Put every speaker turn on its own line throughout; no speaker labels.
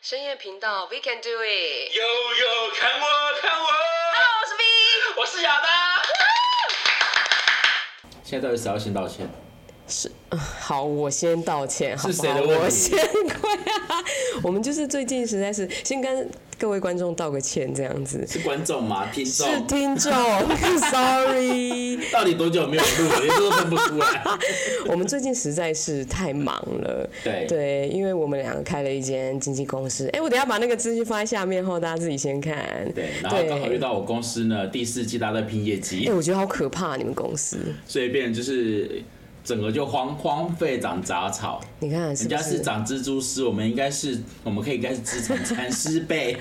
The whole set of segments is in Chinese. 深夜频道，We can do it。
悠悠，看我，看我，
Hello，我是 V。
我是亚当。
现在到底谁要先道歉？
好，我先道歉，好不好？
是谁的问题
我先跪啊！我们就是最近实在是先跟各位观众道个歉，这样 子。
是哦观众吗？ 听众？
是听众，sorry。
到底多久没有录了？连这都分不出来。
我们最近实在是太忙了，
对
因为我们两个开了一间经纪公司。哎、我等一下把那个资讯放在下面后，大家自己先看。
对，然后刚好遇到我公司呢，第四季大家在拼业
哎、
绩，
我觉得好可怕，你们公司，
所以变成就是整个就荒荒废长杂草。
你看
人
是不
家是
是？
长蜘蛛丝，我们应该是，我们可以应 该是资产蚕丝被。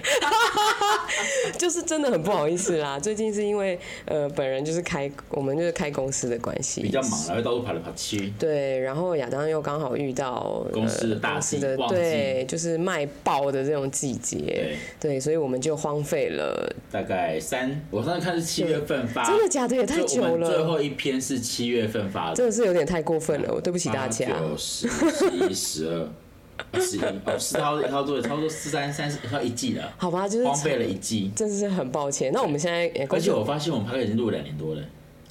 就是真的很不好意思啦。最近是因为呃，本人就是开我们就是开公司的关系，
比较忙，然后到处跑来跑去。
对，然后亚当又刚好遇到呃
公司的大
公司
季
的
旺季
对，就是卖爆的这种季节，对所以我们就荒废了。
大概三，我上次看是七月份发，
真的假的？也太
就
久
我们最
了，
后一篇是七月份发的，
真的是有点太过分了，我对不起大家。
八九十十一十二十一哦，是差不多差不多差不多四三三十，要一季了，
好吧，就是
荒废了一季。
真是很抱歉。那我们现在，也
而且我发现我们拍已经录了两年多了，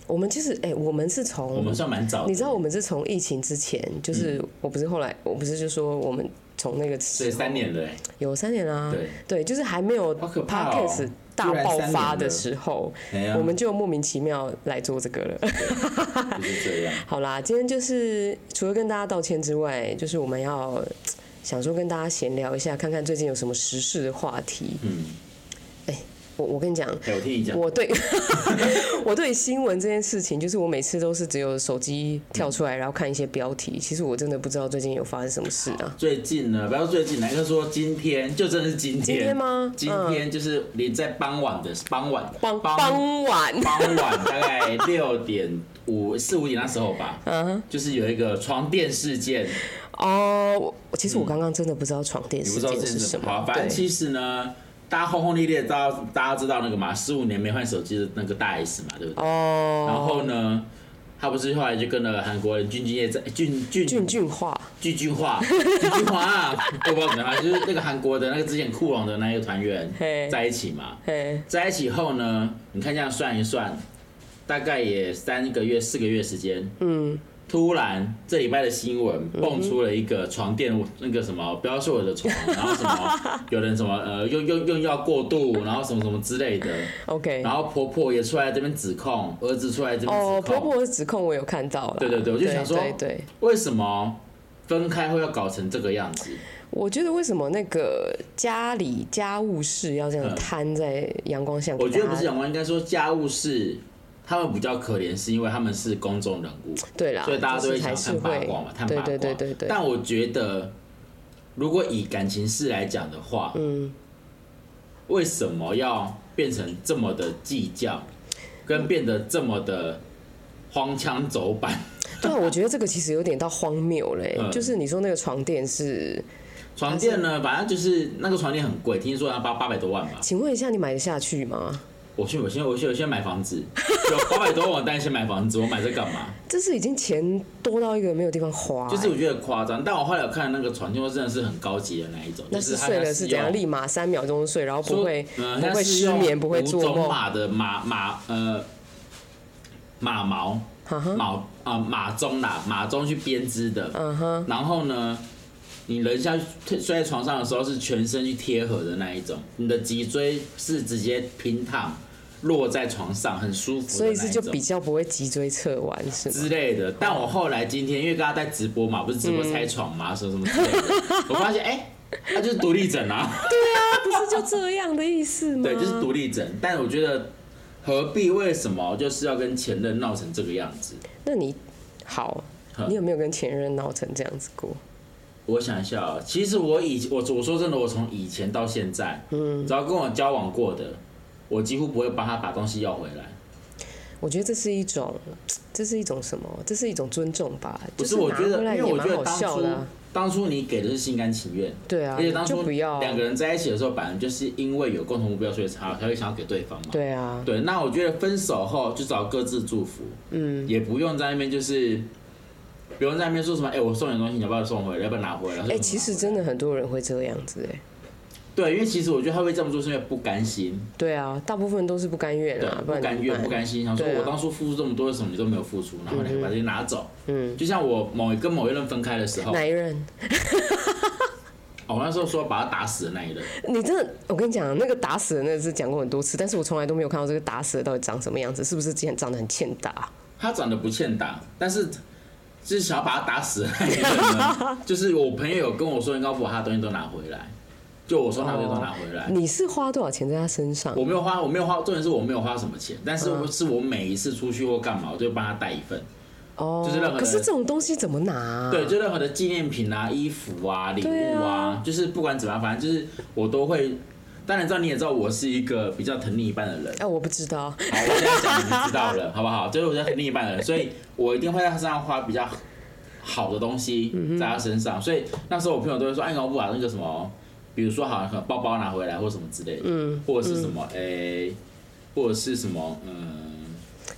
我们其实，哎、我们是从
我们算蛮早的。
你知道，我们是从疫情之前，就是、我不是后来，我不是就说我们从那个时
对
候
三年了欸，
有三年啊，
对
就是还没有
好可怕哦
podcast 大爆发的时候，
哎呀
我们就莫名其妙来做这个了。
就是这样。
好啦，今天就是除了跟大家道歉之外，就是我们要嘖想说跟大家闲聊一下，看看最近有什么时事的话题。哎
嗯，
我我跟你讲，
哎，我听你讲，
我对 我对新闻这件事情，就是我每次都是只有手机跳出来，然后看一些标题，其实我真的不知道最近有发生什么事啊。
最近呢，不要说最近，来个说今天，就真的是今天，
今天吗嗯
今天就是你在傍晚的傍晚，
傍傍晚，
傍晚大概六点五四五点那时候吧，嗯，就是有一个床垫事件，
哦，我我其实我刚刚真的不知道床垫
嗯你不
事
知道
件
这
是
是
什
什
么
么？，反正
对，
其实呢，大家轰轰烈烈，大家大家知道那个嘛，十五年没换手机的那个大 S 嘛，对不对？然
哦，
后呢，他不是后来就跟了韩国人俊俊业在俊俊
俊俊化，
俊俊 化俊俊化啊，我不知道怎么样，就是那个韩国的那个之前酷龙的那个团员
嘿
在一起嘛，
嘿，
在一起后呢，你看这样算一算，大概也三个月四个月时间，嗯。突然，这礼拜的新闻蹦出了一个床垫，那个什么，不要睡我的床，然后什么，有人什么呃用用用药过度，然后什么什么之类的，
OK，
然后婆婆也出来这边指控，儿子出来这边指控，
哦，婆婆的指控我有看到了，
对对对我就想说
对对，
为什么分开会要搞成这个样子？
我觉得为什么那个家里家务事要这样摊在阳光下？
我觉得不是
给大家，
阳光，应该说家务事，他们比较可怜，是因为他们是公众人物，
对啦，
所以大家都
就
会
是还
想
是
看八
会
卦嘛，看八
对
卦。
对对对对，
但我觉得，如果以感情事来讲的话，
嗯，
为什么要变成这么的计较，跟变得这么的荒腔走 板？
对啊，我觉得这个其实有点到荒谬嘞、
嗯
就是你说那个床垫是，
床垫呢，反正就是那个床垫很贵，听说要八八百多万吧。
请问一下，你买得下去吗？
我去，我先我去，我先买房子， 有八百多万，我当然先买房子，我买这干嘛？
这是已经钱多到一个没有地方花、欸，
就是我觉得夸张，但我后来有看那个床垫，真的是很高级的那一种，
那
就是它
睡了是怎样？
用
立马三秒钟睡，然后不
说
会
呃
不
它
会
是
失
用
眠，不会
五
做
种
梦，
马的马马呃马毛
哈哈，
马啊马鬃啦，马鬃去编织的，
嗯哼，
然后呢？你人下去睡在床上的时候是全身去贴合的那一种，你的脊椎是直接平躺落在床上，很舒服的
所以
那
是
一
就
种
比较不会脊椎侧弯是吗？
之类的。但我后来今天因为跟他在直播嘛，不是直
嗯
播拆床嘛，什么什么之类的，我发现哎、他就是独立枕啊，
他不是就这样的意思吗？
对，就是独立枕。但我觉得何必为什么就是要跟前任闹成这个样子？
那你好，
哼
你有没有跟前任闹成这样子过？
我想一下啊，其实我以我我说真的，我从以前到现在，嗯，只要跟我交往过的，我几乎不会帮他把东西要回来。
我觉得这是一种，这是一种什么？这是一种尊重吧？
不
就是
是，我觉
拿
得，
回来
因为
也
我觉
蛮
得
好
当
笑
初
的啊、
当初你给的是心甘情愿，
对啊
而且当
就
初
不要
两个人在一起的时候，本来就是因为有共同目标，所以才才会想要给对方嘛。
对啊，
对，那我觉得分手后就找各自祝福，嗯，也不用在那边就是不用在那边说什么，哎、我送你东西，你要不要送回来？要不要拿回来？
哎、其实真
的，
的很多人会这样子哎、
对，因为其实我觉得他会这么做是因为不甘心，
对啊，大部分都是不甘愿
对
啊，，
不
然
甘愿、不甘
心，
心，想说
对啊
我当初付出这么多，为什么你都没有付出，然后你还把这些拿走？嗯，就像我某一跟某一任分开的时候，
哪一任？
哦我那时候说把他打死的那一任，
你真的，我跟你讲，那个打死的那个字讲过很多次，但是我从来都没有看到这个打死的到底长什么样子，是不是之前长得很欠打？
他长得不欠打，但是就是想要把他打死的那一任 呢，就是我朋友有跟我说，你告诉我他的东西都拿回来，就我说他的东西都拿回来。
你是花多少钱在他身上？
我没有花，我没有花，重点是我没有花什么钱，但是我是我每一次出去或干嘛，我就帮他带一份，
哦，
就是任何人
可是这种东西怎么拿、啊？
对，就任何的纪念品啊、衣服啊、礼
对
物
啊
啊，就是不管怎么样，反正就是我都会。当然知道你也知道我是一个比较疼另一半的人，
哎、我不知道，
好，我现在讲你们知道了，好不好？就是我在另一半的人，所以我一定会在他身上花比较好的东西在他身上。所以那时候我朋友都会说：“哎，你怎么不把那个什么，比如说好像包包拿回来，或什么之类的，或者是什么，哎、或者是什么，嗯，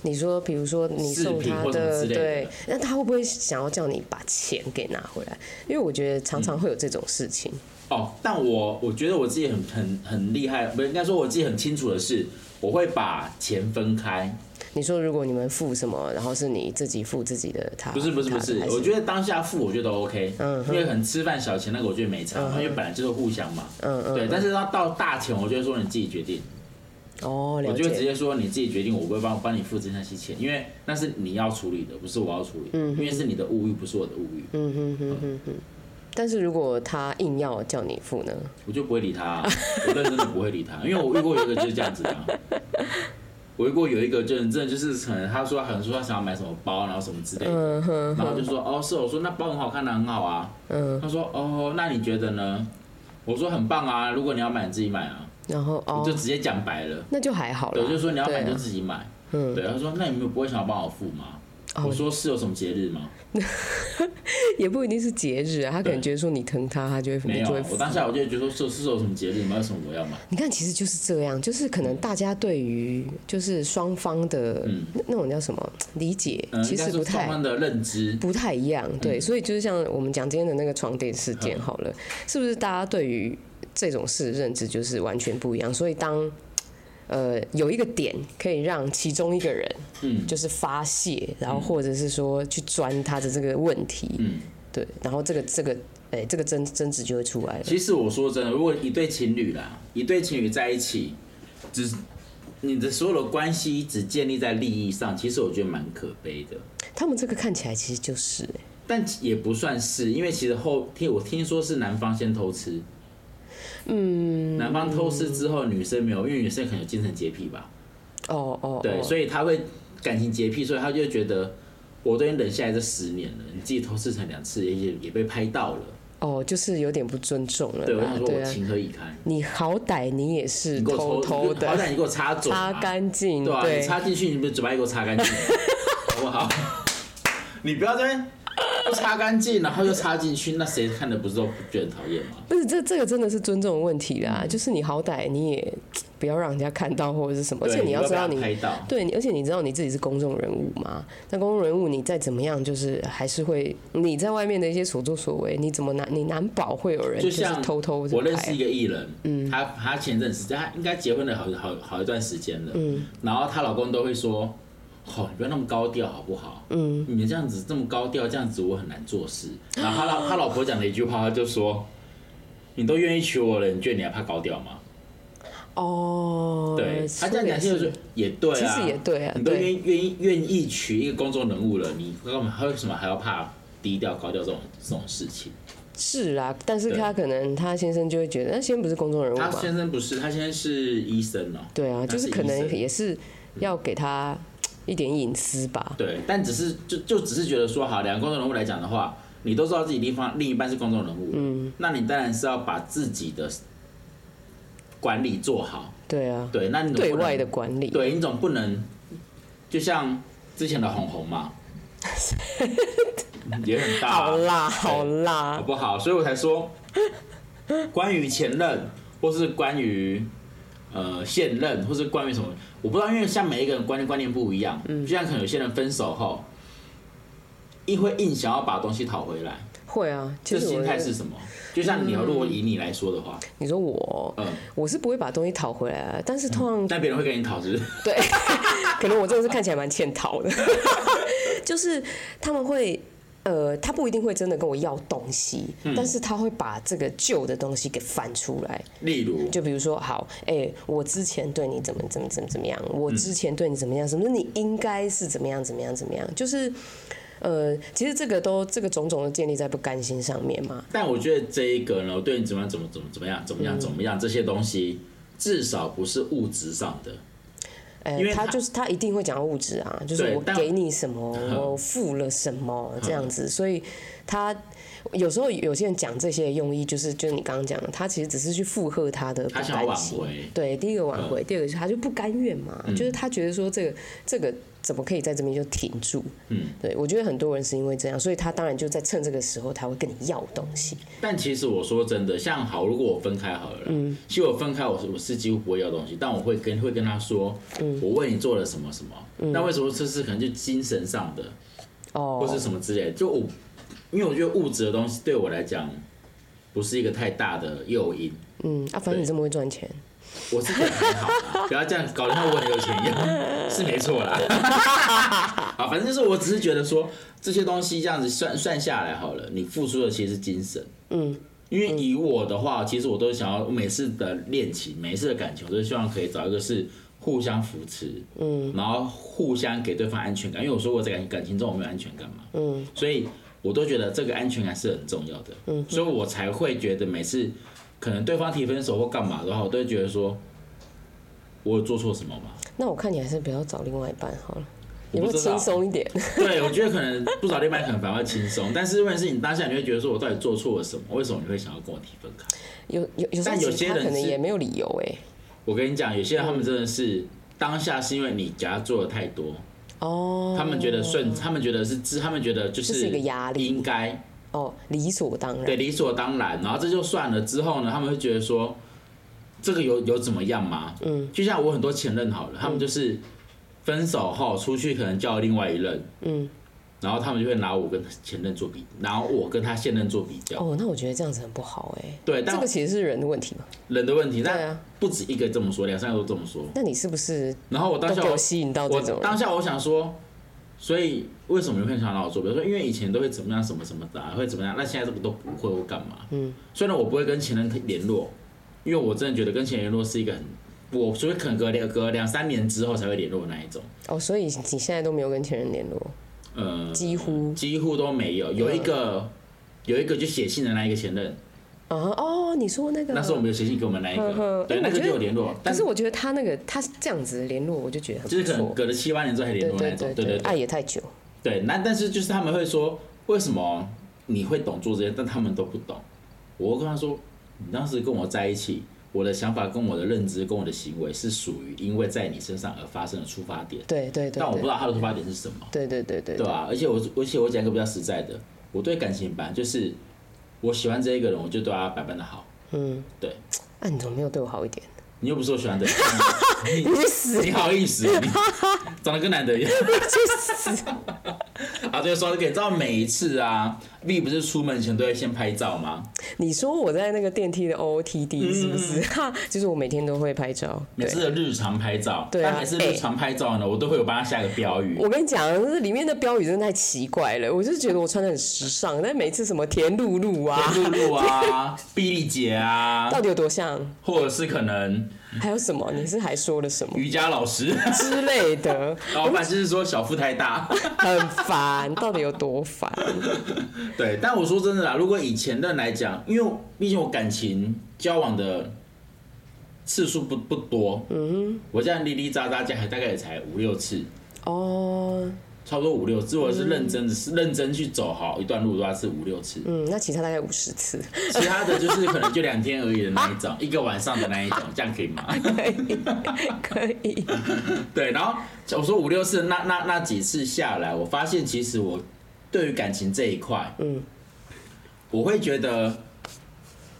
你说，比如说你
饰
送
品
他
或什么之类的
对，那他会不会想要叫你把钱给拿回来？因为我觉得常常会有这种事情。
哦。”但我我觉得我自己很很很厉害，不是应该说我自己很清楚的是，我会把钱分开，
你说，如果你们付什么，然后是你自己付自己的，他
不是不是不是，我
得
觉得当下付我觉得 OK，、
嗯哼
因为很吃饭小钱那个我觉得没差嘛，
嗯哼
因为本来就是互相嘛。
嗯嗯
对，但是他到大钱，我就会说你自己决定，
哦，
我
了
就会直
解，
接说你自己决定，我不会帮帮你付这那些钱，因为那是你要处理的，不是我要处理的，因为是你的物欲，不是我的物欲，
嗯哼哼哼哼。但是如果他硬要叫你付呢？
我就不会理他、啊，我认真的不会理他，因为我遇过有一个就是这样子的啊、我遇过有一个就是真的就是可能他说他可能说他想要买什么包，然后什么之类的，
嗯哼，
然后就说哦是，我说那包很好看的、很好啊，
嗯，
他说哦那你觉得呢？我说很棒啊，如果你要买你自己买啊，
然后
我
哦
就，直接讲白了。
那就还好
对，
了。
我就说你要买
对
就
啊
自己买。
嗯
对，他说那你们不会想要帮我付吗？
哦
我说是有什么节日吗？
也不一定是节日啊，他可能
对
觉得说你疼他，他就会
没
你
有啊
就会，
我
付。
当下我就觉得说是是有什么节日吗？为什么我要买？
你看，其实就是这样，就是可能大家对于就是双方的、
嗯
那那种叫什么理解，
嗯，
其
应该
实不
是双
太
方的嗯认知。
不太一样。对，所以就是像我们讲今天的那个床垫事件
嗯
好了，是不是大家对于这种事认知就是完全不一样？所以当呃有一个点可以让其中一个人
嗯
就是发泄，然后或者是说去钻他的这个问题，
嗯，
对，然后这个这个哎、这个争争执就会出来了。
其实我说真的，如果一对情侣啦，一对情侣在一起，只你的所有的关系只建立在利益上，其实我觉得蛮可悲的。
他们这个看起来其实就是、哎
但也不算是，因为其实后听我听说是男方先偷吃，嗯，男方偷吃之后，女生没有，因为女生可能有精神洁癖吧，
哦哦，
对，
哦
所以他会感情洁癖，所以他就觉得我都已经忍下来这十年了，你自己偷吃成两次，也也也被拍到了，
哦，就是有点不尊重了
对我
啦
想，说，
对
我
啊，
情何以堪？
你好歹你也是
你给我
偷偷
你给我好
的
歹你给我擦嘴嘛，
擦干净，
对啊，你
对，
插进去，你不是嘴巴也给我擦干净， 好不好？你不要在那边不擦干净，然后又插进去，那谁看的不是都觉得很讨厌吗？
不是这这个真的是尊重的问题
嗯
啦，就是你好歹你也不要让人家看到或者是什么，而
对
且你要知道
不被
你
他拍到，
对，你而且你知道你自己是公众人物嘛？那公众人物你再怎么样，就是还是会你在外面的一些所作所为，你怎么难你难保会有人
就是像
偷偷地
我认识
拍
一个艺人，他他前阵子他应该结婚了好好好一段时间了，然后她老公都会说，哦，你不要那么高调好不好？嗯，你们这样子这么高调，这样子我很难做事。然后他老他老婆讲了一句话，他就说，你都愿意娶我了，你觉得你还怕高调吗？
哦，
对，他
说
这样
也
讲就是是也对啊，
其实也对啊
你都
对
愿意愿意愿意娶一个公众人物了，你干嘛为什么还要怕低调高调这种这种事情？
是啦，但是
对
他可能他先生就会觉得，那先不是公众人物
他
嘛，
先生不是，他先生是医生哦、
对啊，
他
就是是可能
医生
也是要给他一点隐私吧。
对，但只是就就只是觉得说，好，两个公众人物来讲的话，你都知道自己另一方另一半是公众人物，嗯，那你当然是要把自己的管理做好，
对啊，
对，那你总不
对
能
外的，管理，
对你总不能，就像之前的红红 嘛，也很大、
好啦
对
好
好
啦，
不好？所以我才说，关于前任，或是关于呃现任，或是关于什么，我不知道，因为像每一个人观念观念不一样，嗯，就像可能有些人分手后，一会硬想要把东西讨回来，
会啊，其
这
实
心
我嗯
态是什么？就像你要如果以你来说的话，
你说我，
嗯，
我是不会把东西讨回来啊，但是通常
但别人会跟你讨，是不是？
对， 可能我真的是看起来蛮欠讨的， 就是他们会。呃，他不一定会真的跟我要东西，
嗯
但是他会把这个旧的东西给翻出来。
例如，
就比如说，好，哎、我之前对你怎么怎么怎么怎么样，我之前对你怎么样，什么你应该是怎么样怎么样怎么样，就是，呃，其实这个都这个种种都建立在不甘心上面嘛。
但我觉得这一个呢，我对你怎么样，怎么怎么怎么样，怎么样，怎么样，这些东西至少不是物质上的。
呃
因为，
他
他
就是他一定会讲到物质啊，就是
对
我
但
给你什么，
嗯
我付了什么这样子，所以他有时候有些人讲这些的用意就是，就是你刚刚讲的，他其实只是去附和他的不
他想要
甘
挽
心
回。嗯
对，第一个挽回，第二个是他就不甘愿嘛，就是他觉得说这个这个怎么可以在这边就停住？
嗯，
对我觉得很多人是因为这样，所以他当然就在趁这个时候他会跟你要东西。
但其实我说真的，像好，如果我分开好了啦，其实我分开我是我是几乎不会要东西，但我会跟会跟他说，我为你做了什么什么，那为什么这是可能就精神上的或
哦
是，什么之类的，就我因为我觉得物质的东西对我来讲不是一个太大的诱因，
嗯，啊，反正你这么会赚钱，
我是觉得还好啦，不要这样搞得像我很有钱一样，是没错 啦。好，反正就是我只是觉得说这些东西这样子算算下来好了，你付出的其实是精神。
嗯，
因为以我的话，其实我都想要每次的恋情，每一次的感情，我都希望可以找一个是互相扶持，嗯，然后互相给对方安全感。因为我说我在感感情中我没有安全感嘛，嗯，所以我都觉得这个安全感是很重要的，嗯，所以我才会觉得每次可能对方提分手或干嘛的话，我都会觉得说，我有做错什么吗？
那我看你还是不要找另外一半好了，有
我
没有
不知道
轻松一点？
对，我觉得可能不找另外一半可能反而会轻松，但是问题是你当下你会觉得说我到底做错了什么？为什么你会想要跟我提分开？
有有有时候
但有
其实
些
他
人
可能
是
也没有理由哎、
我跟你讲，有些人他们真的是当下是因为你给他做的太多，
哦，
他们觉得顺，他们觉得是自，他们觉得就
这
是
是一个压力
应该
哦理所当然，
对理所当然，然后这就算了。之后呢，他们会觉得说这个有有怎么样吗？嗯，就像我很多前任好了，他
嗯
们就是分手后出去可能叫另外一任，
嗯，
然后他们就会拿我跟前任做比，然后我跟他现任做比较，
哦，那我觉得这样子很不好哎、
对，
这
但
个其实是人的问题嘛。
人的问题，
对
但
啊
不止一个这么说，两三个都这么说。
那你是不是
然后我当
都
下
给
我
我吸引到这
我
种人？
当下我想说，所以为什么你会想让我做？比如说，因为以前都会怎么样，什么什么的、啊，会怎么样，那现在这个都不会，我干嘛？嗯，虽然我不会跟前任联络，因为我真的觉得跟前任联络是一个很，我除非可能隔两隔两三年之后才会联络的那一种，
哦，所以你现在都没有跟前任联络，
呃，
几乎
几乎都没有，有一个。有一个就写信的那一个前任，
啊哦，你说那个
那时候我们有写信给我们那一
呵呵
个，对，
哎
那
我
个
觉
就
得
有联络，
可
但
是我觉得他那个他这样子联络，我就觉得很
就是
不
可能
错。
隔了七八年之后还联
对
络那一
对
种，
对啊
对对对，
爱也太久，
对，那但是就是他们会说，为什么你会懂做这些，但他们都不懂。我会跟他说，你当时跟我在一起，我的想法、跟我的认知、跟我的行为是属于因为在你身上而发生的出发点，
对对对
但我不知
对，
道他的出发点是什么，
对对对对
对
对，
吧、而且我，而且我讲一个比较实在的，我对感情本来就是，我喜欢这一个人，我就对他百般的好。
嗯，
对
啊，你怎么没有对我好一点？
你又不是我喜欢的人，你
你去死，
你好意思，你 长得跟男的一样。
你去死！
啊，对，说到这个，你知道每一次啊，V 不是出门前都会先拍照吗？
你说我在那个电梯的
嗯
OOTD 是不是？ 哈，就是我每天都会拍照，
每
对
次。的日常拍照，
对啊
但每次日常拍照呢，我都会有帮他下一个标语。
我跟你讲，这里面的标语真的太奇怪了，我就觉得我穿的很时尚， 但每次什么田露露啊，
露露啊， 碧丽姐啊，
到底有多像？
或者是可能
还有什么？你是还说了什么
瑜伽老 师，
之类的？
老板就是说小腹太大。
很烦，到底有多烦？
对，但我说真的啦，如果以前任来讲，因为毕竟我感情交往的次数不不多，嗯我这样哩哩喳喳加起来大概也才五六次，
哦，
差不多五六次，或者是认真的是认真去走好一段路的话是五六次，
嗯，那其他大概五十次，
其他的就是可能就两天而已的那一种，一个晚上的那一种，这样可以吗？
可以，可以。
对，然后我说五六次，那那那几次下来，我发现其实我对于感情这一块，
嗯，
我会觉得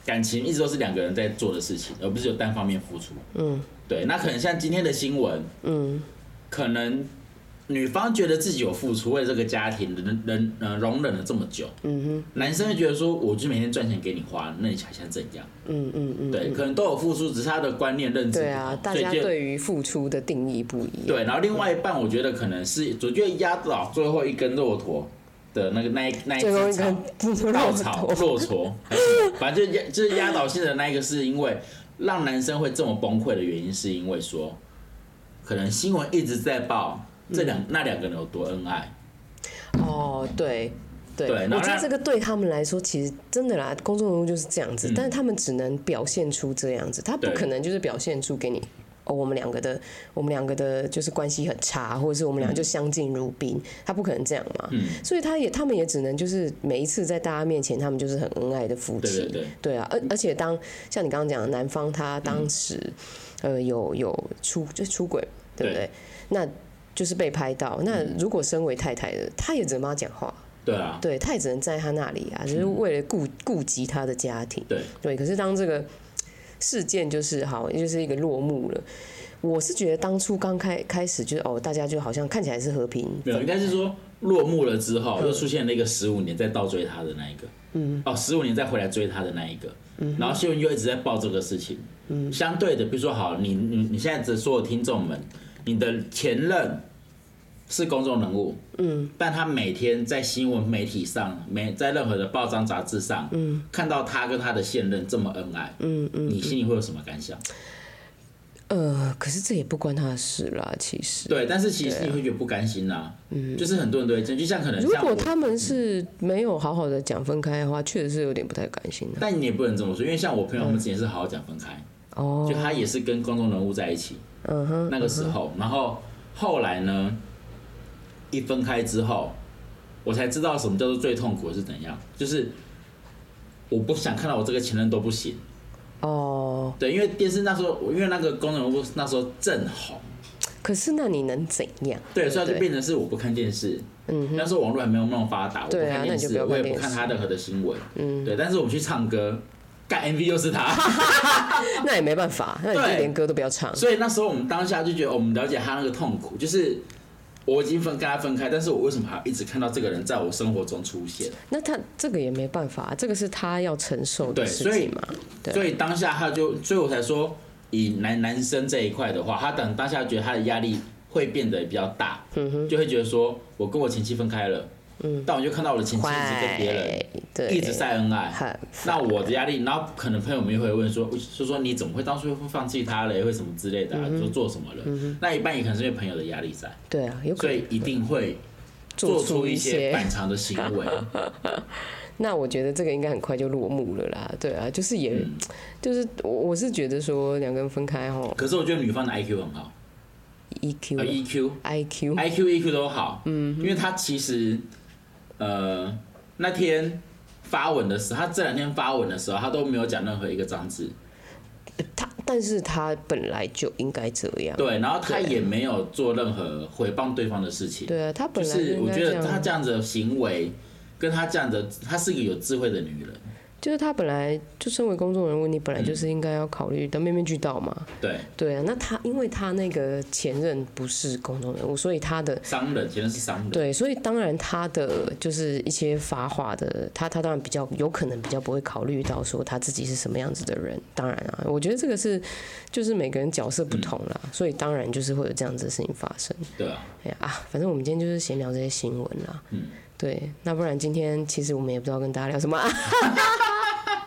感情一直都是两个人在做的事情，而不是有单方面付出。
嗯，
对，那可能像今天的新闻，
嗯，
可能女方觉得自己有付出，为了这个家庭忍忍呃容忍了这么久，嗯哼，男生会觉得说，我就每天赚钱给你花，那你还想怎样？
嗯嗯嗯，
对，可能都有付出，只是他的观念认知
对
不
啊，
同
大
所以
家
就
对于付出的定义不一样。
对，然后另外一半我觉得可能是，我觉得压倒最后一根骆驼的那个那一那一
最后
根
一根
稻
骆
草
驼，
骆驼，还是什么反正就压就是压倒性的那一个，是因为让男生会这么崩溃的原因，是因为说，可能新闻一直在报这
嗯
两、那两个人有多恩爱，
哦，对。对，
对然后
我觉得
那
这个对他们来说，其实真的啦，公众人物就是这样子，但是他们只能表现出这样子，他
嗯
不
对
可能就是表现出给你哦，我们两个的，我们两个的就是关系很差，或者是我们俩就相敬如宾，他不可能这样嘛，
嗯
所以他也他们也只能就是每一次在大家面前，他们就是很恩爱的夫妻，
对对对
啊，而而且当像你刚刚讲的，男方他当时、呃有有出就出轨，对不对？
对嗯
那就是被拍到，那如果身为太太的，他也只能帮他讲话，
对啊，
对，他也只能在他那里啊，就是为了顾顾及他的家庭。
嗯对，
对，可是当这个事件就是好，就是一个落幕了。我是觉得当初刚开开始就是哦，大家就好像看起来是和平，
没有，应该是说落幕了之后，又出现了一个十五年再倒追他的那一个，嗯，哦，十五年再回来追他的那一个，嗯，然后新闻又一直在报这个事情，嗯，相对的，比如说好，你你你现在的所有听众们，你的前任是公众人物，嗯，但他每天在新闻媒体上，每在任何的报章杂志上，嗯，看到他跟他的现任这么恩爱，嗯嗯，你心里会有什么感想？
呃，可是这也不关他的事啦，其实。
嗯对，但是其实你会觉得不甘心呐、嗯，就是很多人都会这样，就像可能
如
像
果
我嗯
他们是没有好好的讲分开的话，确实是有点不太甘心的、
但你也不能这么说，因为像我朋友他们之前是好好讲分开，
哦
就，他也是跟公众人物在一起
嗯哼，
那个时候，然后后来呢，一分开之后，我才知道什么叫做最痛苦的是怎样，就是我不想看到我这个前任都不行，
哦，
对，因为电视那时候，因为那个公众人物那时候正红，
可是那你能怎样？
对，所以就
对
变成是我不看电视。嗯，那时候网络还没有那么发达，我不
对啊
看电
那你就
视，
不要
我也
看
不
电
看
视
他任何的新闻。嗯，对，但是我们去唱歌，干 MV 又是他。
那也没办法，那你就
对
连歌都不要唱。
所以那时候我们当下就觉得，哦我们了解他那个痛苦，就是我已经分跟他分开，但是我为什么还要一直看到这个人在我生活中出现？
那他这个也没办法，这个是他要承受的
对
事
所以
情嘛。对
所以当下他就，所以我才说，以男男生这一块的话，他等当下觉得他的压力会变得比较大，
嗯
就会觉得说我跟我前妻分开了，但我就看到我的前妻一直跟别人
坏，对，
一直晒恩爱，
很
那我的压力，然后可能朋友们也会问说，就说你怎么会当初会放弃他嘞，会什么之类的、啊，
嗯
说做什么了？那一半也可能是因为朋友的压力在，
对啊，有可
所
能
以一定会
做
做
出
出
一
一些
些。
反常的行 为。
那我觉得这个应该很快就落幕了啦。对啊，就是也，
嗯
就是我我是觉得说两个人分开，E 后
可是我觉得女方的 IQ 很好，
，EQ
呃，EQ、
IQ
IQ、EQ 都好，嗯，因为她其实，呃，那天发文的时候，她这两天发文的时候，她都没有讲任何一个脏字，
他，但是他本来就应该这样。
对，然后她
对
也没有做任何诽谤对方的事情，
对啊，他
就
本来
是
应
我
该
觉
这
得她
样。啊
这样子的行为，跟她这样的，她是一个有智慧的女人，
就是他本来就身为公众人物，你本来就是应该要考虑的面面俱到嘛。
对，
对啊，那他因为他那个前任不是公众人物，所以他的
商人，前任是商人，
对，所以当然他的就是一些发话的，他他当然比较有可能比较不会考虑到说他自己是什么样子的人。当然啊，我觉得这个是就是每个人角色不同啦，所以当然就是会有这样子的事情发生。
对啊，
哎呀啊，反正我们今天就是闲聊这些新闻啦。
嗯，
对，那不然今天其实我们也不知道跟大家聊什么、啊，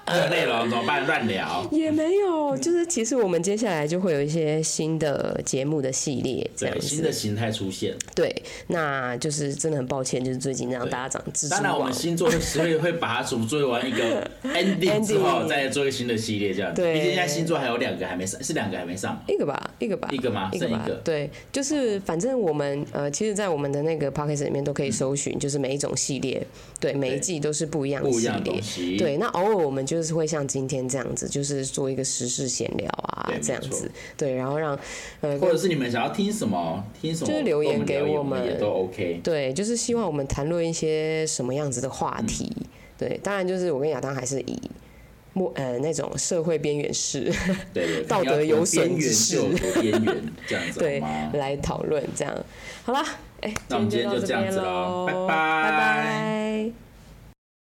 这内容怎么办？乱聊。
也没
嗯
有，就是其实我们接下来就会有一些新的节目的系列 这样
对，
子。
新的形态出现。
对，那就是真的很抱歉，就是最近让
对
大家长蜘
当
蛛
然，我
网
们。星座会会会把它组作完一 个 ending 之后，再做一个新的系列这样子。
对
毕竟现在星座还有两个还没上，是两个还没上。
一个吧，一个吧，
一个吗
一个吧
剩一个，
对，就是反正我们呃，其实，在我们的那个 p o c k e t 里面都可以搜寻，就是每一种系列，对，每一季都是不一样的
不一
系
样的
列
东，西
对。那偶尔我们就是会像今天这样子，就是做一个时事闲聊啊
对，
这样
没错
子，对，然后让呃，
或者是你们想要听什么，听什么，
就是留言给
跟我
我们
留言也都 OK。
对，就是希望我们谈论一些什么样子的话题。
嗯
对，当然就是我跟亚当还是以莫呃那种社会边缘式
对 对，
道德有损
边缘
之士
就有多边缘，这样子
对
好吗？
来讨论这样。好啦，哎、哎，
那我们今
就
天
到
就这样
边
子咯
喽，
拜拜
拜拜。